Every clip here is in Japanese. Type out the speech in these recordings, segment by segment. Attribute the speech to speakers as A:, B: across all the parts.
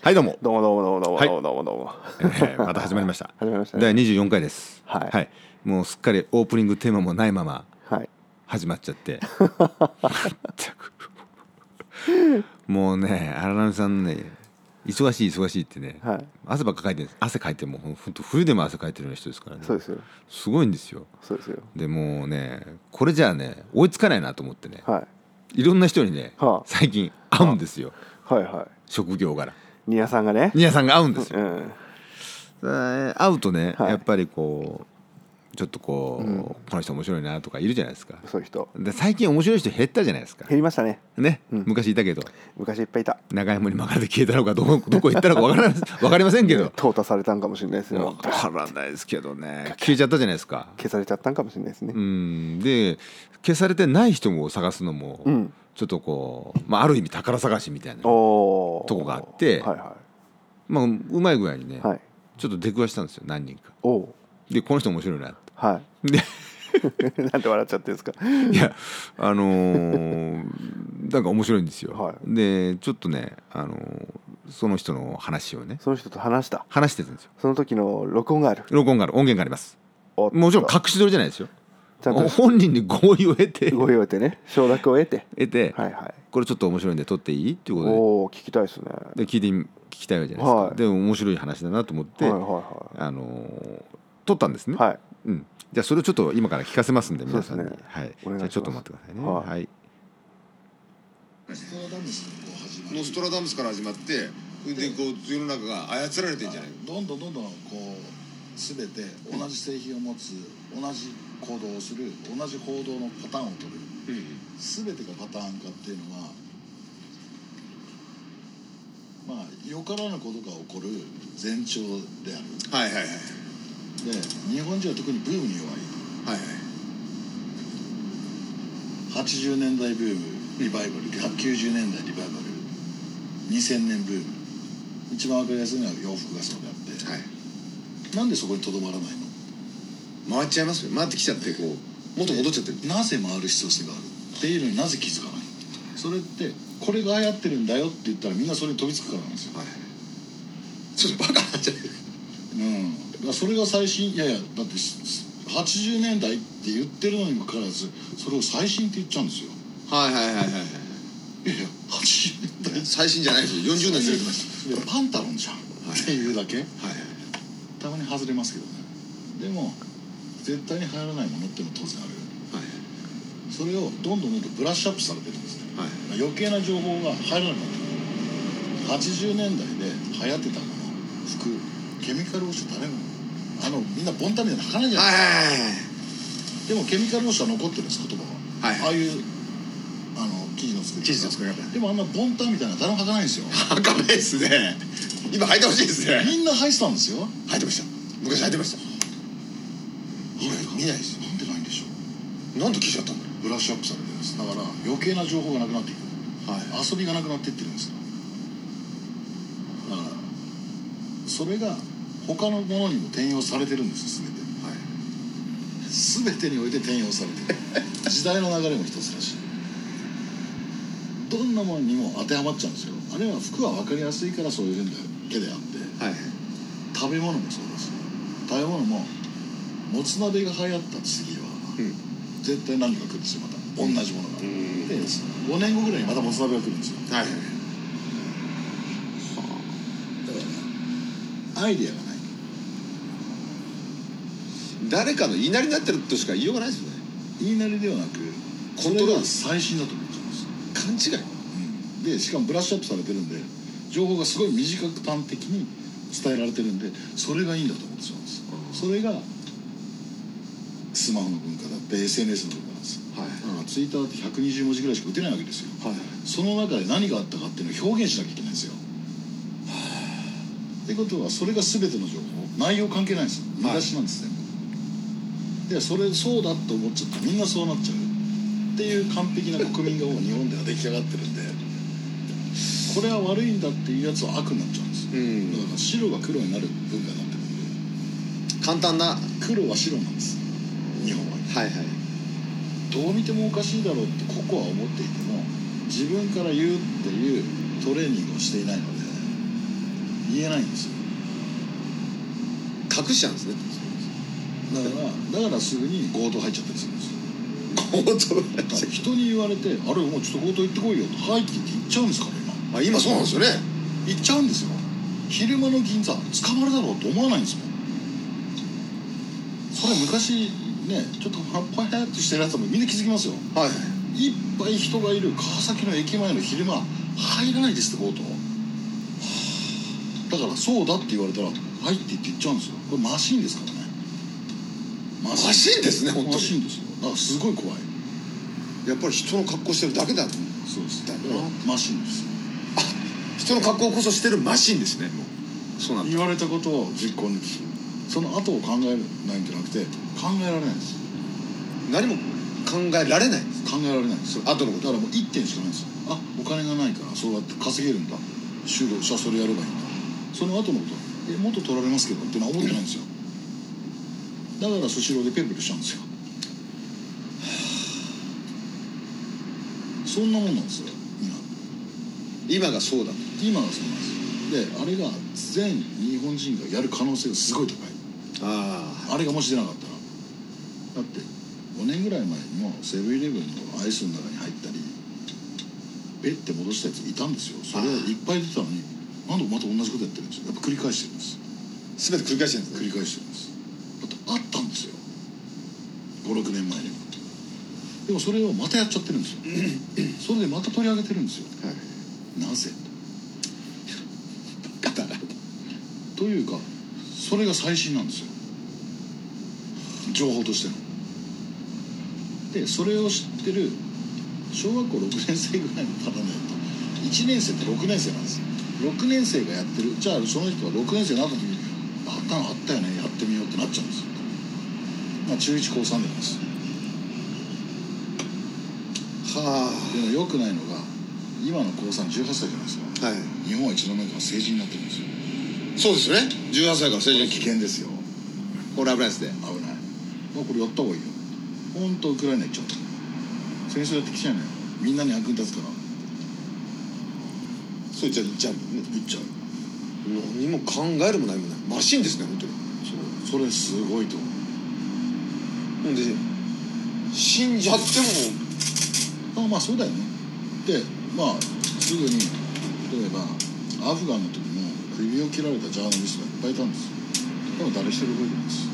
A: はいどうも、
B: どうもどうもどうもどうも
A: はい
B: どうもどうもどうも。
A: えーまた始まりました
B: 始まりましたね
A: 第24回です
B: はい
A: もうすっかりオープニングテーマもないまま
B: はい。
A: 始まっちゃって全くもうね荒波さんね忙しい忙しいってね、
B: はい
A: 汗ばっかかいてる汗かいてもうほんと冬でも汗かいてるような人ですからね
B: そうですよ。
A: すごいんですよ
B: そうですよ。
A: でもうねこれじゃあね追いつかないなと思ってね、、
B: はい
A: ろんな人にね、
B: はあ
A: 最近会うんですよ、
B: い。はいは
A: 職業柄
B: い。ニアさんがね。
A: 皆さんが会うんですよ
B: うん。
A: えー会うとね、
B: はい
A: やっぱりこうちょっとこう、
B: うん
A: この人面白いなとかいるじゃないですか
B: そういう人。
A: で最近面白い人減ったじゃないですか
B: 減りましたね。
A: ね、
B: うん
A: 昔いたけど
B: 昔いっぱいいた。
A: 長いものに巻かれて消えたのかどこ どこ行ったのか分からない分かりませんけど
B: 淘汰されたんかもしれないですよ
A: 分。からないですけどね消えちゃったじゃないですか
B: 消されちゃったんかもしれないですね
A: う。んで消されてない人を探すのも、
B: うん。
A: ちょっとこう、まあ、ある意味宝探しみたいな
B: おお。
A: とこがあって
B: はいは
A: まあ、うまい具合にね、
B: い。はい。
A: ちょっと出くわしたんですよ何人か
B: おお。
A: でこの人面白いな
B: は
A: で
B: い。 なんで笑っちゃってるんですか。
A: いやあのーなんか面白いんですよ、
B: は
A: でちょっとね、あのーその人の話をね
B: その人と話した。
A: 話してるんですよ
B: その時の録音がある。
A: 録音がある音源があります
B: おっと
A: もちろん隠し撮りじゃないですよ
B: ちゃんと
A: 本人に合意を得て
B: ご用意てね、承諾を得て。
A: 得て、
B: はいはい。
A: これちょっと面白いんで撮っていいっていうこ
B: おお、聞きたいですね。
A: とでで聞いてみ聞きたいわけじゃないですか、
B: はい
A: で面白い話だなと思って、
B: はいはいは
A: あのー撮ったんですね、
B: い。はい。
A: うん、じゃあそれをちょっと今から聞かせますんで皆さんに、
B: そうですね
A: はい、
B: お願いします
A: じゃあちょっと待ってくださいね
B: はい
A: はい
C: ノストラダムスから始まるノストラダムスから始まってそれでこう世の中が操られてんじゃない
D: どんどんどんどんこう全て同じ製品を持つ同じ行動をする同じ報道のパターンを取る全てがパターン化っていうのはまあよからぬことが起こる前兆である
C: はいはいはい
D: で日本人は特にブームに弱い
C: はいはい
D: 80年代ブームリバイバル90年代リバイバル2000年ブーム一番わかりやすいのは洋服がそうであって、
C: はい
D: なんでそこにとどまらないの
C: 回っちゃいますよ回ってきちゃってこう元戻っちゃってる
D: なぜ回る必要性があるっていうのになぜ気づかないそれってこれが流行ってるんだよって言ったらみんなそれに飛びつくからなんですよ、
C: はいちょっとバカになっちゃってる
D: うんだからそれが最新いやいやだってしし80年代って言ってるのにもかかわらずそれを最新って言っちゃうんですよ
C: はいはいはいはい
D: いやいや80
C: は
D: 年代
C: い最新じゃないですよ40年ずれてまし
D: いやパンタロンじゃん、っていうだけ
C: たはい
D: たまに外れますけどねでも絶対に流行らないものっていうのは当然あ
C: は
D: るそれをどんどんどんどんブラッシュアップされてるんですね
C: いはい
D: 余計な情報が入らなくなった80年代で流行ってたもの服ケミカルウォッシュ誰もあのみんなボンタみたいな儚いじゃないで
C: はい
D: すかでもケミカルウォッシュは残ってるんです言葉は、
C: はい
D: ああいうあの生地の作り
C: 生地
D: 方
C: の作り方
D: でもあんなボンタみたいなの誰も履かないんですよ
C: はかないですね今履いてほしいですね
D: みんな履いてたんですよ
C: 履いてました昔履いてました今見ないです
D: なんでないんでしょう
C: なんで消しちゃったんだろ
D: ブラッシュアップされてるんですだから余計な情報がなくなっていく
C: うはい
D: 遊びがなくなっていってるんですよだからそれが他のものにも転用されてるんですよ全て全てにおいて転用されてる時代の流れも一つだしどんなものにも当てはまっちゃうんですよあれは服は分かりやすいからそういう変だけであって
C: はいはい
D: 食べ物もそうだし食べ物ももつ鍋が流行った次は、
C: うん
D: 絶対何か来るんですよまた同じものが、
C: うん
D: で5年後ぐらいにまたもつ鍋が来るんですよ
C: はいはい
D: だからアイディアがな
C: 誰
D: い
C: かの言いなりになってるとしか言いようがないですよね
D: 言いなりではなく
C: コ
D: コ
C: ン
D: ン
C: ト
D: ト
C: ロ
D: ロ
C: ール
D: ール最新だと思っちゃいます、
C: 勘違い
D: でしかもブラッシュアップされてるんで情報がすごい短く端的に伝えられてるんでそれがいいんだと思ってしまうんですそれがスマホの文化だって SNS の文化なんです
C: はい
D: ツイッターって120文字ぐらいしか打てないわけですよ
C: はい
D: その中で何があったかっていうのを表現しなきゃいけないんですよってことはそれが全ての情報内容関係ないんですよ見出しなんですね、でそれそうだと思っちゃってみんなそうなっちゃうっていう完璧な国民がもう日本では出来上がってるんでこれは悪いんだっていうやつは悪になっちゃうんですよ
C: うん
D: だから白が黒になる文化になってるんで
C: 簡単なは
D: 黒は白なんです日本はい
C: はい
D: どう見てもおかしいだろうってココは思っていても自分から言うっていうトレーニングをしていないので言えないんですよ
C: 隠しちゃうんですね
D: だからだからすぐに強盗入っちゃったりするんですよ
C: 強盗になっ
D: だ
C: ち
D: か
C: ゃ
D: ら人に言われて「あれお前ちょっと強盗行ってこいよ」と「はい」って言って行っちゃうんですから今
C: うあ今そうなんですよね
D: 行っちゃうんですよ昼間の銀座捕まるだろうと思わないんですもんそれ昔ねちょっとパッパヤッとしてるやつもみんな気づきますよ
C: はい
D: いっぱい人がいる川崎の駅前の昼間入らないですって強盗だからそうだって言われたら「はい」って言って行っちゃうんですよこれマシンですからねマ
C: マシンですね本当に
D: マシンですよだからすごい怖い
C: やっぱり人の格好してるだけだ
D: そうです
C: だ
D: だ
C: よな
D: からマシンです
C: 人の格好こそしてるマシンですねもうそうなんだ
D: 言われたことを実行にするその後を考えないんじゃなくて考えられないんです
C: 何も考えられない
D: 考えられないんです
C: そ
D: よ
C: う後のこ
D: だからもう1点しかないんですよあお金がないからそうやって稼げるんだ就労者それやればいいんだその後のことえもっと取られますけどってのは思ってないんですよだからスシローでペルペルしちゃうんですよ そんなもんなんですよみんな
C: と今がそうだと
D: 今がそうなんですよであれが全日本人がやる可能性がすごい高い
C: あ
D: あれがもし出なかったらだって5年ぐらい前にもセブンイレブンのアイスの中に入ったりペッて戻したやついたんですよそれいっぱい出てたのになんでまた同じことやってるんですよやっぱ繰り返してるんです
C: 全て繰り返してるんです
D: 繰
C: ね
D: り返してるんですだってあったんですよ56年前にもでもそれをまたやっちゃってるんですよそれでまた取り上げてるんですよ
C: はい
D: なぜ
C: バカだな
D: というかそれが最新なんですよ情報としてのでそれを知ってる小学校6年生ぐらいの方だと1年生って6年生なんですよ6年生がやってるじゃあその人が6年生になった時にあったのあったよねやってみようってなっちゃうんですよまあ中1高3でなんです
C: は
D: でも良くないのが今の高318歳じゃないですか
C: あはい
D: 日本は一度目から成人になってるんですよ
C: そうですよね18歳から成
D: これ
C: 人
D: 危
C: 期
D: 険ですよ
C: これ危ないですね
D: 危ないあこれやった方がいいよ本当ウクライナ行っちゃう戦争やってきちゃうのよみんなに役に立つから
C: そうじゃあ言っちゃうもんね
D: 行っちゃう
C: 何も考えるも何もないマシンですね本当に
D: そうそれすごいと思う
C: ほんで死んじゃっても
D: まあまあそうだよねでまあすぐに例えばアフガンの時も首を切られたジャーナリストがいっぱいいたんですよでも誰一人覚えてないです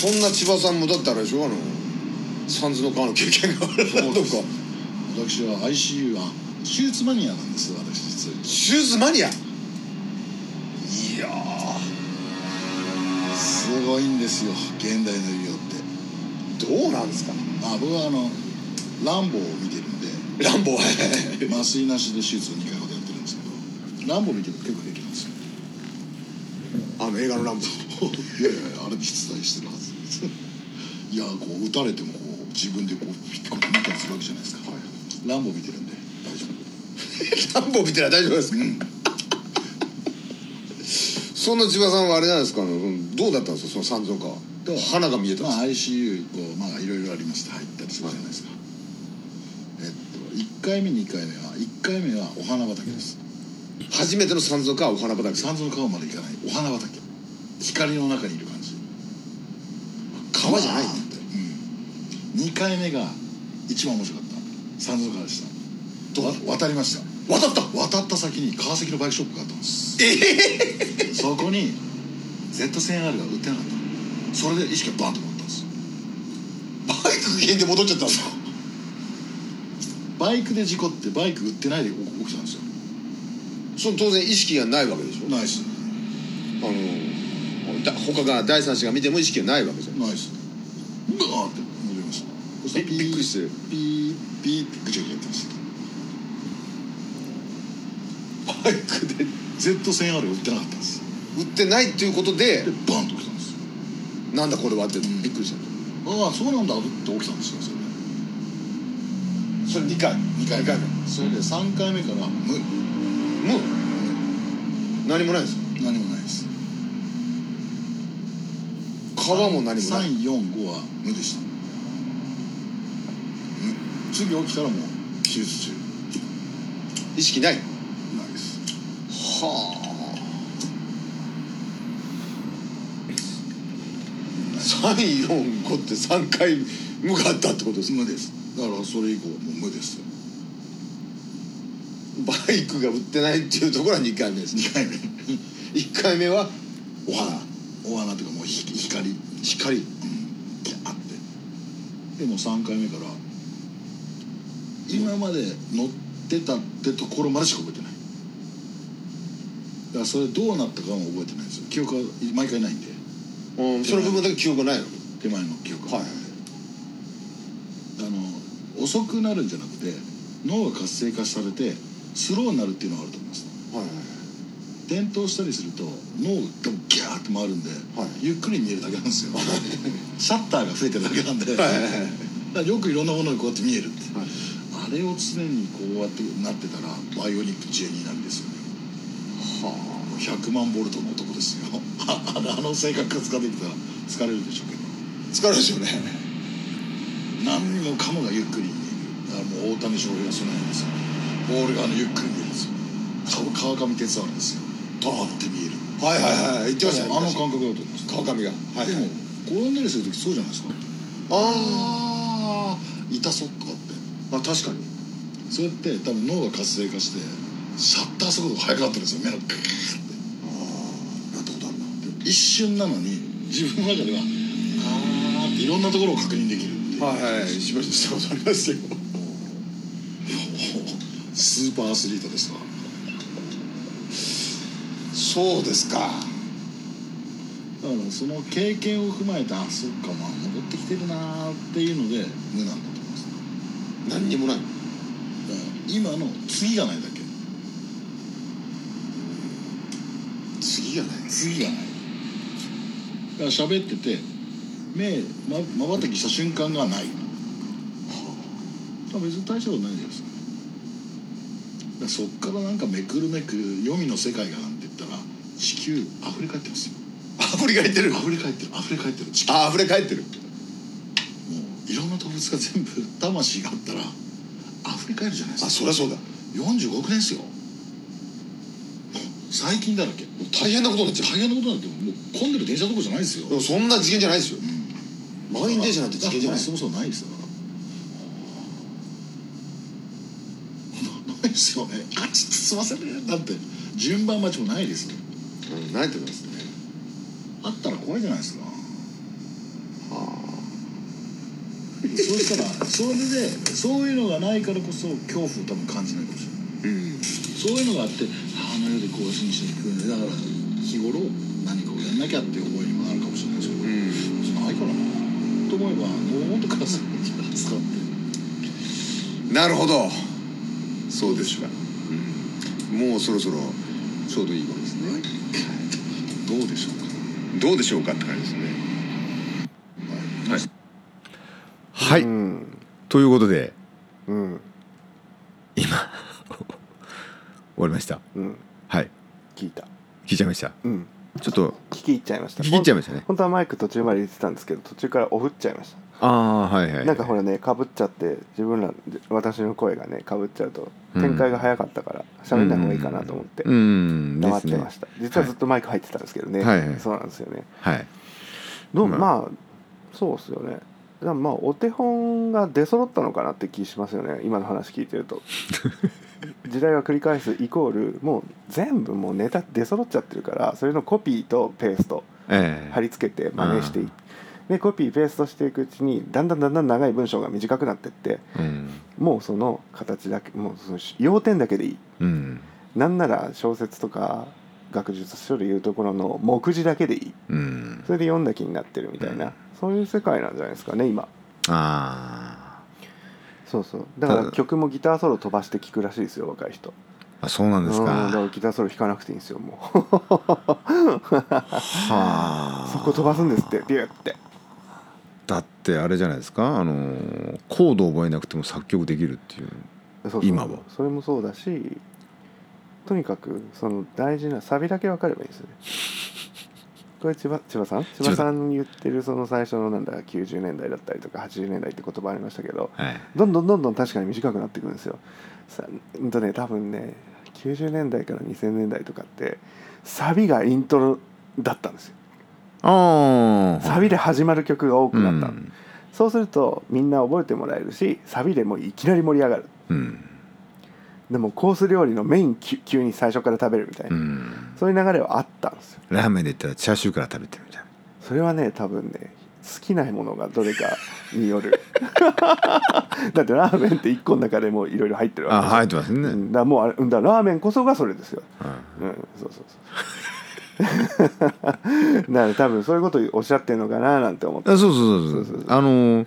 C: そんな千葉さんもだってあれでしょあのサンズの川の経験がある
D: そ
C: と
D: う で
C: か
D: す私は ICU は手術マニアなんです私実は
C: シューズマニアいや
D: すごいんですよ現代の医療って
C: ーどうなんですか
D: あ僕はあのランボーを見てるんで
C: ランボーは
D: 麻酔なしで手術を2回ほどやってるんですけどランボ見てると結構平気なんですよ
C: あの映画のランボー
D: いやいやあれ実在してるはずですいやこう打たれてもこう自分でこうピッコピッコするわけじゃないですか、ランボ見てるんで大丈夫
C: ランボー見てない大丈夫ですか、そんな千葉さんはあれじゃないですかあのどうだったんですかその三蔵川
D: と
C: 花が見えたんです
D: まあ ICU こうまあいろいろありまして入ったりするじゃないですか、えっと1回目2回目は1回目はお花畑です
C: 初めての三蔵川はお花畑
D: 三蔵の川まで行かないお花畑光の中にいる感じ
C: 川じゃないんだって
D: うん、2回目が一番面白かった三蔵川でしたわ渡りました
C: 渡った
D: 渡った先に川崎のバイクショップがあったんです
C: ええ
D: そこに Z1000R が売ってなかったそれで意識がバンと戻ったんです
C: バイク原因で戻っちゃったん ですか
D: バイクで事故ってバイク売ってないで起きたんですよ
C: その当然意識がないわけでしょ
D: ナイス
C: あのだ他が第三者が見ても意識がないわけじゃん
D: ナイスうわーって戻りましたそしたら
C: びびっくりしてる
D: ピーピーってぐちゃぐちゃやってました
C: バイクで
D: Z1000R が売ってなかったんです
C: 売ってないっていうことで
D: でバンと起きたんです
C: なんだこれはって
D: ん
C: びっくりした
D: ああそうなんだって起きたんですよそれで
C: それ2回
D: 2回
C: 二
D: 目
C: 回目
D: それで3回目から無
C: もう何もないです
D: 何もないです
C: 川も何もない
D: 345は無でした無次起きたらもう手術中
C: 意識ない
D: は
C: 345って3回向かったってことです
D: あ
C: か
D: 無ですだからそれ以降もう無ですよ
C: バイクが売ってないっていうところは2回目です
D: 2回目
C: 1回目は
D: お花お花というかもうひ光光うんギャーってでも3回目から今まで乗ってたってところまでしか覚えてないだからそれどうなったかも覚えてないんですよ記憶は毎回ないんで
C: うんその部分だけ記憶ないの
D: 手前の記憶
C: はい
D: あの遅くなるんじゃなくて脳が活性化されてスローになるっていうのがあると思います
C: はい
D: 転倒したりすると脳がギャーって回るんで、
C: はい
D: ゆっくり見えるだけなんですよシャッターが増えてるだけなんで、
C: はいはい
D: だからよくいろんなものにこうやって見えるって、
C: はい
D: あれを常にこうやってなってたらバイオリンプ J2 なんですよね
C: は
D: 100万ボルトの男ですよ あの性格が使ってきたら疲れるでしょうけど
C: あ疲れるでしょうね
D: 何にもかもがゆっくり見えるだからもう大谷翔平がその辺ですよボールがあのゆっくり見えるんですよ川川上哲也ですよドーンって見える
C: はいはいはい言ってましたね
D: あの感覚だと思います
C: 川上がはい
D: でも転んだりする時そうじゃないですか
C: あ
D: 痛そうとかって
C: ーあ確かに
D: それって多分脳が活性化してシャッター速度が速くなってるんですよ目のクーって
C: ああなったことあるな
D: 一瞬なのに自分の中ではあーっていろんなところを確認できるっていう
C: はいはいしばしばしたことありますよ
D: スーパーアスリートですわ
C: そうですか
D: だからその経験を踏まえてあそっかまあ戻ってきてるなーっていうので無なんだと思いますだか
C: 何にもない
D: ら今の次がないだけ
C: 次がない
D: 次がないだから喋ってて目まばたきした瞬間がないまあ別に大したことないじゃないですかだからそっからなんかめくるめく黄泉の世界がなんて言ったら地球あふれ返ってますよ
C: あふれ返ってる
D: あふれ返ってるあふれ返ってる地球も
C: ああふれ返ってる
D: ういろんな動物が全部魂があったらあふれ返るじゃないです
C: あ
D: か
C: そりゃそうだ
D: 45億年ですよ最近だらけ
C: 大変なことになっちゃ
D: 大変なことなんてもう混んでる電車どころじゃないですよ
C: うでもそんな事件じゃないですよ満員電車なんて事件じゃない
D: そもそもないですよないですよねあちょっとすいませんねだって順番待ちもないですよ
C: うんないと思いますね
D: あったら怖いじゃないですかそうしたらそれでそういうのがないからこそ恐怖を多分感じないかもしれない
C: うん
D: そういうのがあってあの世で更新していくんでだから日頃何かをやんなきゃっていう思いにもなるかもしれないですけど、
C: ん
D: そんなないからなと思えばもう本当からさいじゃないですかって
C: なるほどそうですか、うん、もうそろそろちょうどいい頃ですね、
D: どうでしょうか
C: どうでしょうかって感じですねはい、は
B: う
A: い
B: ん
A: ということで
B: うん
A: 今終わりました
B: うん
A: はい
B: 聞いた
A: 聞いちゃいました
B: うん
A: ちょっと
B: 聞き入っちゃいました
A: 聞き入っちゃいましたね
B: ほん本当はマイク途中まで入れてたんですけど途中からオフっちゃいました
A: ああーはいはい
B: なんかほらねかぶっちゃって自分ら私の声がねかぶっちゃうと
A: うん
B: 展開が早かったから喋んない方がいいかなと思って
A: うんうん
B: 黙
A: で
B: っ
A: す
B: て
A: ね
B: ました、実はずっとマイク入ってたんですけどね、
A: はいはい
B: そうなんですよね
A: はい
B: どう
A: まあ
B: まあそうですよねだからまあお手本が出揃ったのかなって気しますよね今の話聞いて ると時代が繰り返すイコールもう全部もうネタ出揃っちゃってるからそれのコピーとペースト
A: ええ
B: 貼り付けて真似していでコピーペーストしていくうちにだんだんだんだん長い文章が短くなってって
A: うん
B: もうその形だけもうその要点だけでいい
A: うん
B: なんなら小説とか学術書でいうところの目次だけでいい
A: うん
B: それで読んだ気になってるみたいな、
A: うん
B: そういう世界なんじゃないですかね今
A: あ
B: そうそうだか
A: た
B: ら
A: だ
B: 曲もギターソロ飛ばして聴くらしいですよ若い人
A: ーあそうなんです
B: うん
A: か
B: だから
A: は
B: ギターソロ弾かなくていいんですよもう
A: あ
B: そこ飛ばすんですってビューって
A: だってあれじゃないですかあのーコード覚えなくても作曲できるっていう
B: そうそう
A: 今は
B: それもそうだし とにかくその大事なサビだけ分かればいいんですよねこれ千葉千葉さん千葉さん言ってるその最初のなんだ90年代だったりとか80年代って言葉ありましたけど
A: はい
B: どんどんどんどん確かに短くなっていくんですよ。さうんとね多分ね90年代から2000年代とかってサビがイントロだったんですよ。
A: あ
B: サビで始まる曲が多
A: あ
B: くなった、そうするとみんな覚えてもらえるしサビでもういきなり盛り上がる
A: うん
B: でもコース料理のメイン急急に最初から食べるみたいな、
A: うん
B: そういう流れはあったんですよ
A: ラーメンで言ったらチャーシューから食べてるみたいな
B: それはね多分ね好きなものがどれかに よるだってラーメンって1個の中でもいろいろ入ってる
A: あ
B: わけ
A: 入ってますね、
B: うんだからもうあれうんだからラーメンこそがそれですよ
A: うん
B: うんそうそうそう だから多分そういうことおっしゃってるのかななんて思って
A: あそうそうそう
B: そ
A: そうう
B: そうそう
A: あのー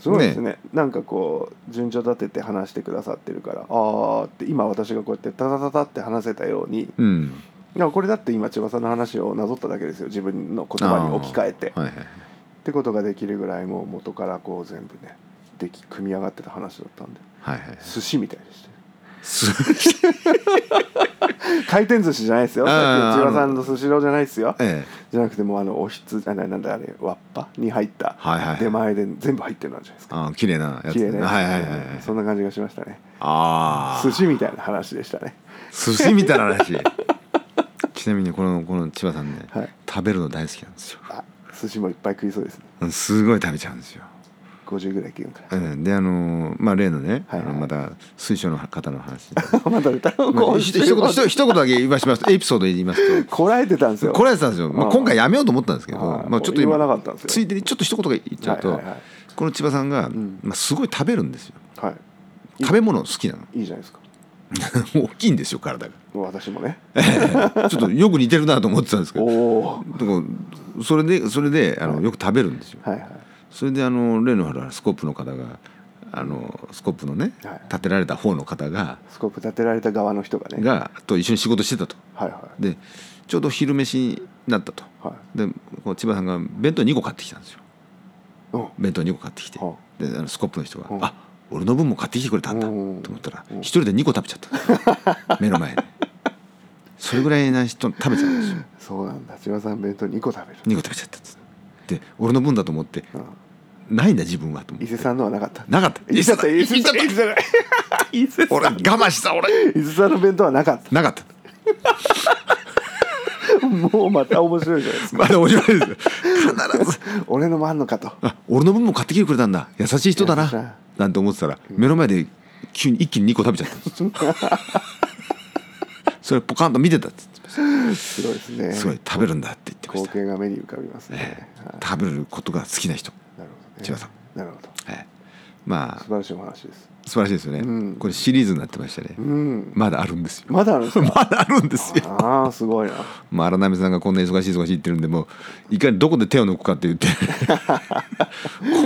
B: すごいですねなんかこう順序立てて話してくださってるからああって今私がこうやってタタタタって話せたように
A: うん
B: でもこれだって今千葉さんの話をなぞっただけですよ自分の言葉に置き換えて、
A: はいはい
B: ってことができるぐらいもう元からこう全部ねでき組み上がってた話だったんで
A: はい はい
B: 寿司みたいでしたよ
A: す
B: 回転寿司じゃないですよ
A: あー
B: さっきの千葉さんの寿司郎じゃないですよ
A: ええ
B: じゃなくてもうあのおひつあななんだあれわっぱに入った
A: はいはい
B: 出前で全部入ってるなんじゃないですか
A: あー綺麗なやつ
B: 綺麗ね、
A: はいはいはいはい
B: そんな感じがしましたね
A: あ
B: 寿
A: あ
B: 司みたいな話でしたね
A: 寿司みたいな話 ちなみにこのこの千葉さんね、
B: はい
A: 食べるの大好きなんですよ
B: あ寿司もいっぱい食いそうですね
A: うんすごい食べちゃうんですよ、
B: 50ぐらい食うか
A: うん、であのーまあ例のね、
B: はいはい
A: あのまた水晶の方の 話
B: らまた歌を
A: ま
B: こ
A: あ
B: う
A: ひ
B: して
A: と一言一一言だけ言わしますエピソードで言います と
B: こらえてたんですよ
A: こらえてたんですよ、ま
B: う
A: あ、
B: ん
A: 今回やめようと思ったんですけど、
B: はい
A: まあ、ちょっと今
B: 言わなかったんですよ
A: ついでにちょっと一言言っちゃうと、
B: はいはいはい
A: この千葉さんが、
B: ん
A: まあ、すごい食べるんですよ
B: は
A: 食べ物好きなの
B: いいいじゃないですか
A: 大きいんですよ体が
B: もう私もね
A: ちょっとよく似てるなと思ってたんですけ
B: お
A: ど
B: お
A: でもそれでそれであのよく食べるんですよ、
B: ーはいはい
A: それであの例のあるスコップの方があのスコップのね
B: はい
A: 立てられた方の方が
B: スコープ立てられた側の人がね
A: がと一緒に仕事してたと
B: はいはい
A: でちょうど昼飯になったと
B: はい
A: でこう千葉さんが弁当2個買ってきたんですよ
B: うんは
A: 弁当2個買ってきて
B: は
A: であのスコップの人が
B: う
A: 「
B: ん
A: あ俺の分も買ってきてくれたんだ」と
B: うん
A: 思ったら
B: うん
A: 一人で2個食べちゃった 目の前でそれぐらいな人食べちゃうんですよ
B: そうなんだ千葉さん弁当2個食べる
A: 2個食べちゃったっつってで俺の分だと思って
B: うん
A: ないんだ自分はと思
B: 伊
A: って
B: 勢さんのはなかった
A: なかった
B: 伊勢さん伊
A: 伊
B: 勢
A: 勢
B: さ
A: さ
B: ん
A: ん
B: 伊勢さん伊勢さ
A: 俺我慢した俺
B: ん伊勢さんの弁当はなかっ
A: なかった
B: たもうまた面白いじゃないですか
A: まだ面白いですよ 必ず
B: 俺のもあんのかと
A: あ俺の分も買ってきてくれたんだ優しい人だ
B: 優しいな
A: ななんて思ってたら目の前で急に一気に2個食べちゃったんですよ それポカンと見てたっつって
B: すごいですね
A: すごい食べるんだって言ってま
B: 光
A: した
B: 景が目に浮かびます
A: え
B: ねは
A: え
B: い
A: 食べることが好きな人
B: なるほどね
A: 千葉さん
B: なるほど
A: ええまあ
B: 素晴らしいお話です
A: 素晴らしいですよね、
B: うん
A: これシリーズになってましたね、
B: うん
A: まだあるんですよ
B: まだあるん ですか
A: まだあるんですよ
B: ああすごいな
A: まあ、荒波さんがこんな忙しい忙しい言ってるんでもういかにどこで手を抜くかって言 って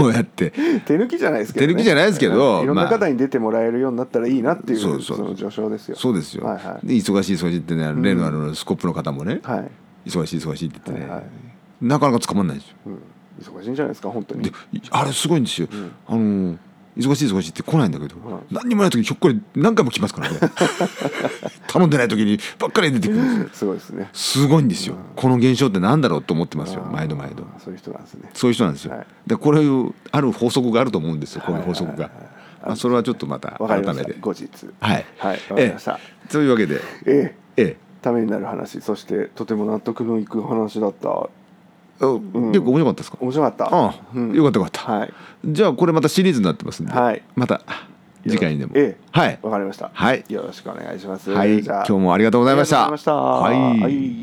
A: こうやって
B: 手抜きじゃないですけど、ね、
A: 手抜きじゃないですけど
B: いろん
A: ま
B: な
A: あ
B: 方に出てもらえるようになったらいいなっていう
A: そうそう
B: その序章ですよ
A: そうですよ、
B: はいはい
A: で忙しい忙しいってねあの例のあのスコップの方もね、
B: はい、
A: 忙しい忙しいって言ってね、
B: はいはい
A: なかなか捕まんないんですよ
B: うん、忙しいんじゃないですか本当に
A: でいあれすごいんですよ、あの忙しい忙しいって来ないんだけど、
B: は
A: 何にもない時にひょっこり何回も来ます からね頼んでない時にばっかり出てくるんですよ
B: すごいですね
A: すごいんですよ、この現象って何だろうと思ってますよ
B: あー
A: 毎度毎度
B: そういう人なんですね
A: そういう人なんですよ、
B: はい
A: でこれをある法則があると思うんですよこういう法則が、まあ、それはちょっとまた
B: わか
A: 改
B: りまし
A: め
B: た
A: て
B: 後日
A: はい、
B: はいわかりました
A: ええというわけで
B: ええ
A: ええ
B: ためになる話そしてとても納得のいく話だった
A: あ結構面白かったですか、
B: 面白かった
A: ああ、
B: うん
A: よかったよかった、
B: はい
A: じゃあこれまたシリーズになってますんで、
B: はい
A: また次回にでも、
B: ええ
A: はい
B: わかりました
A: はい
B: よろしくお願いします
A: はい
B: じゃあ
A: 今日もありがとうございました
B: ありがとうございました
A: はい
B: はい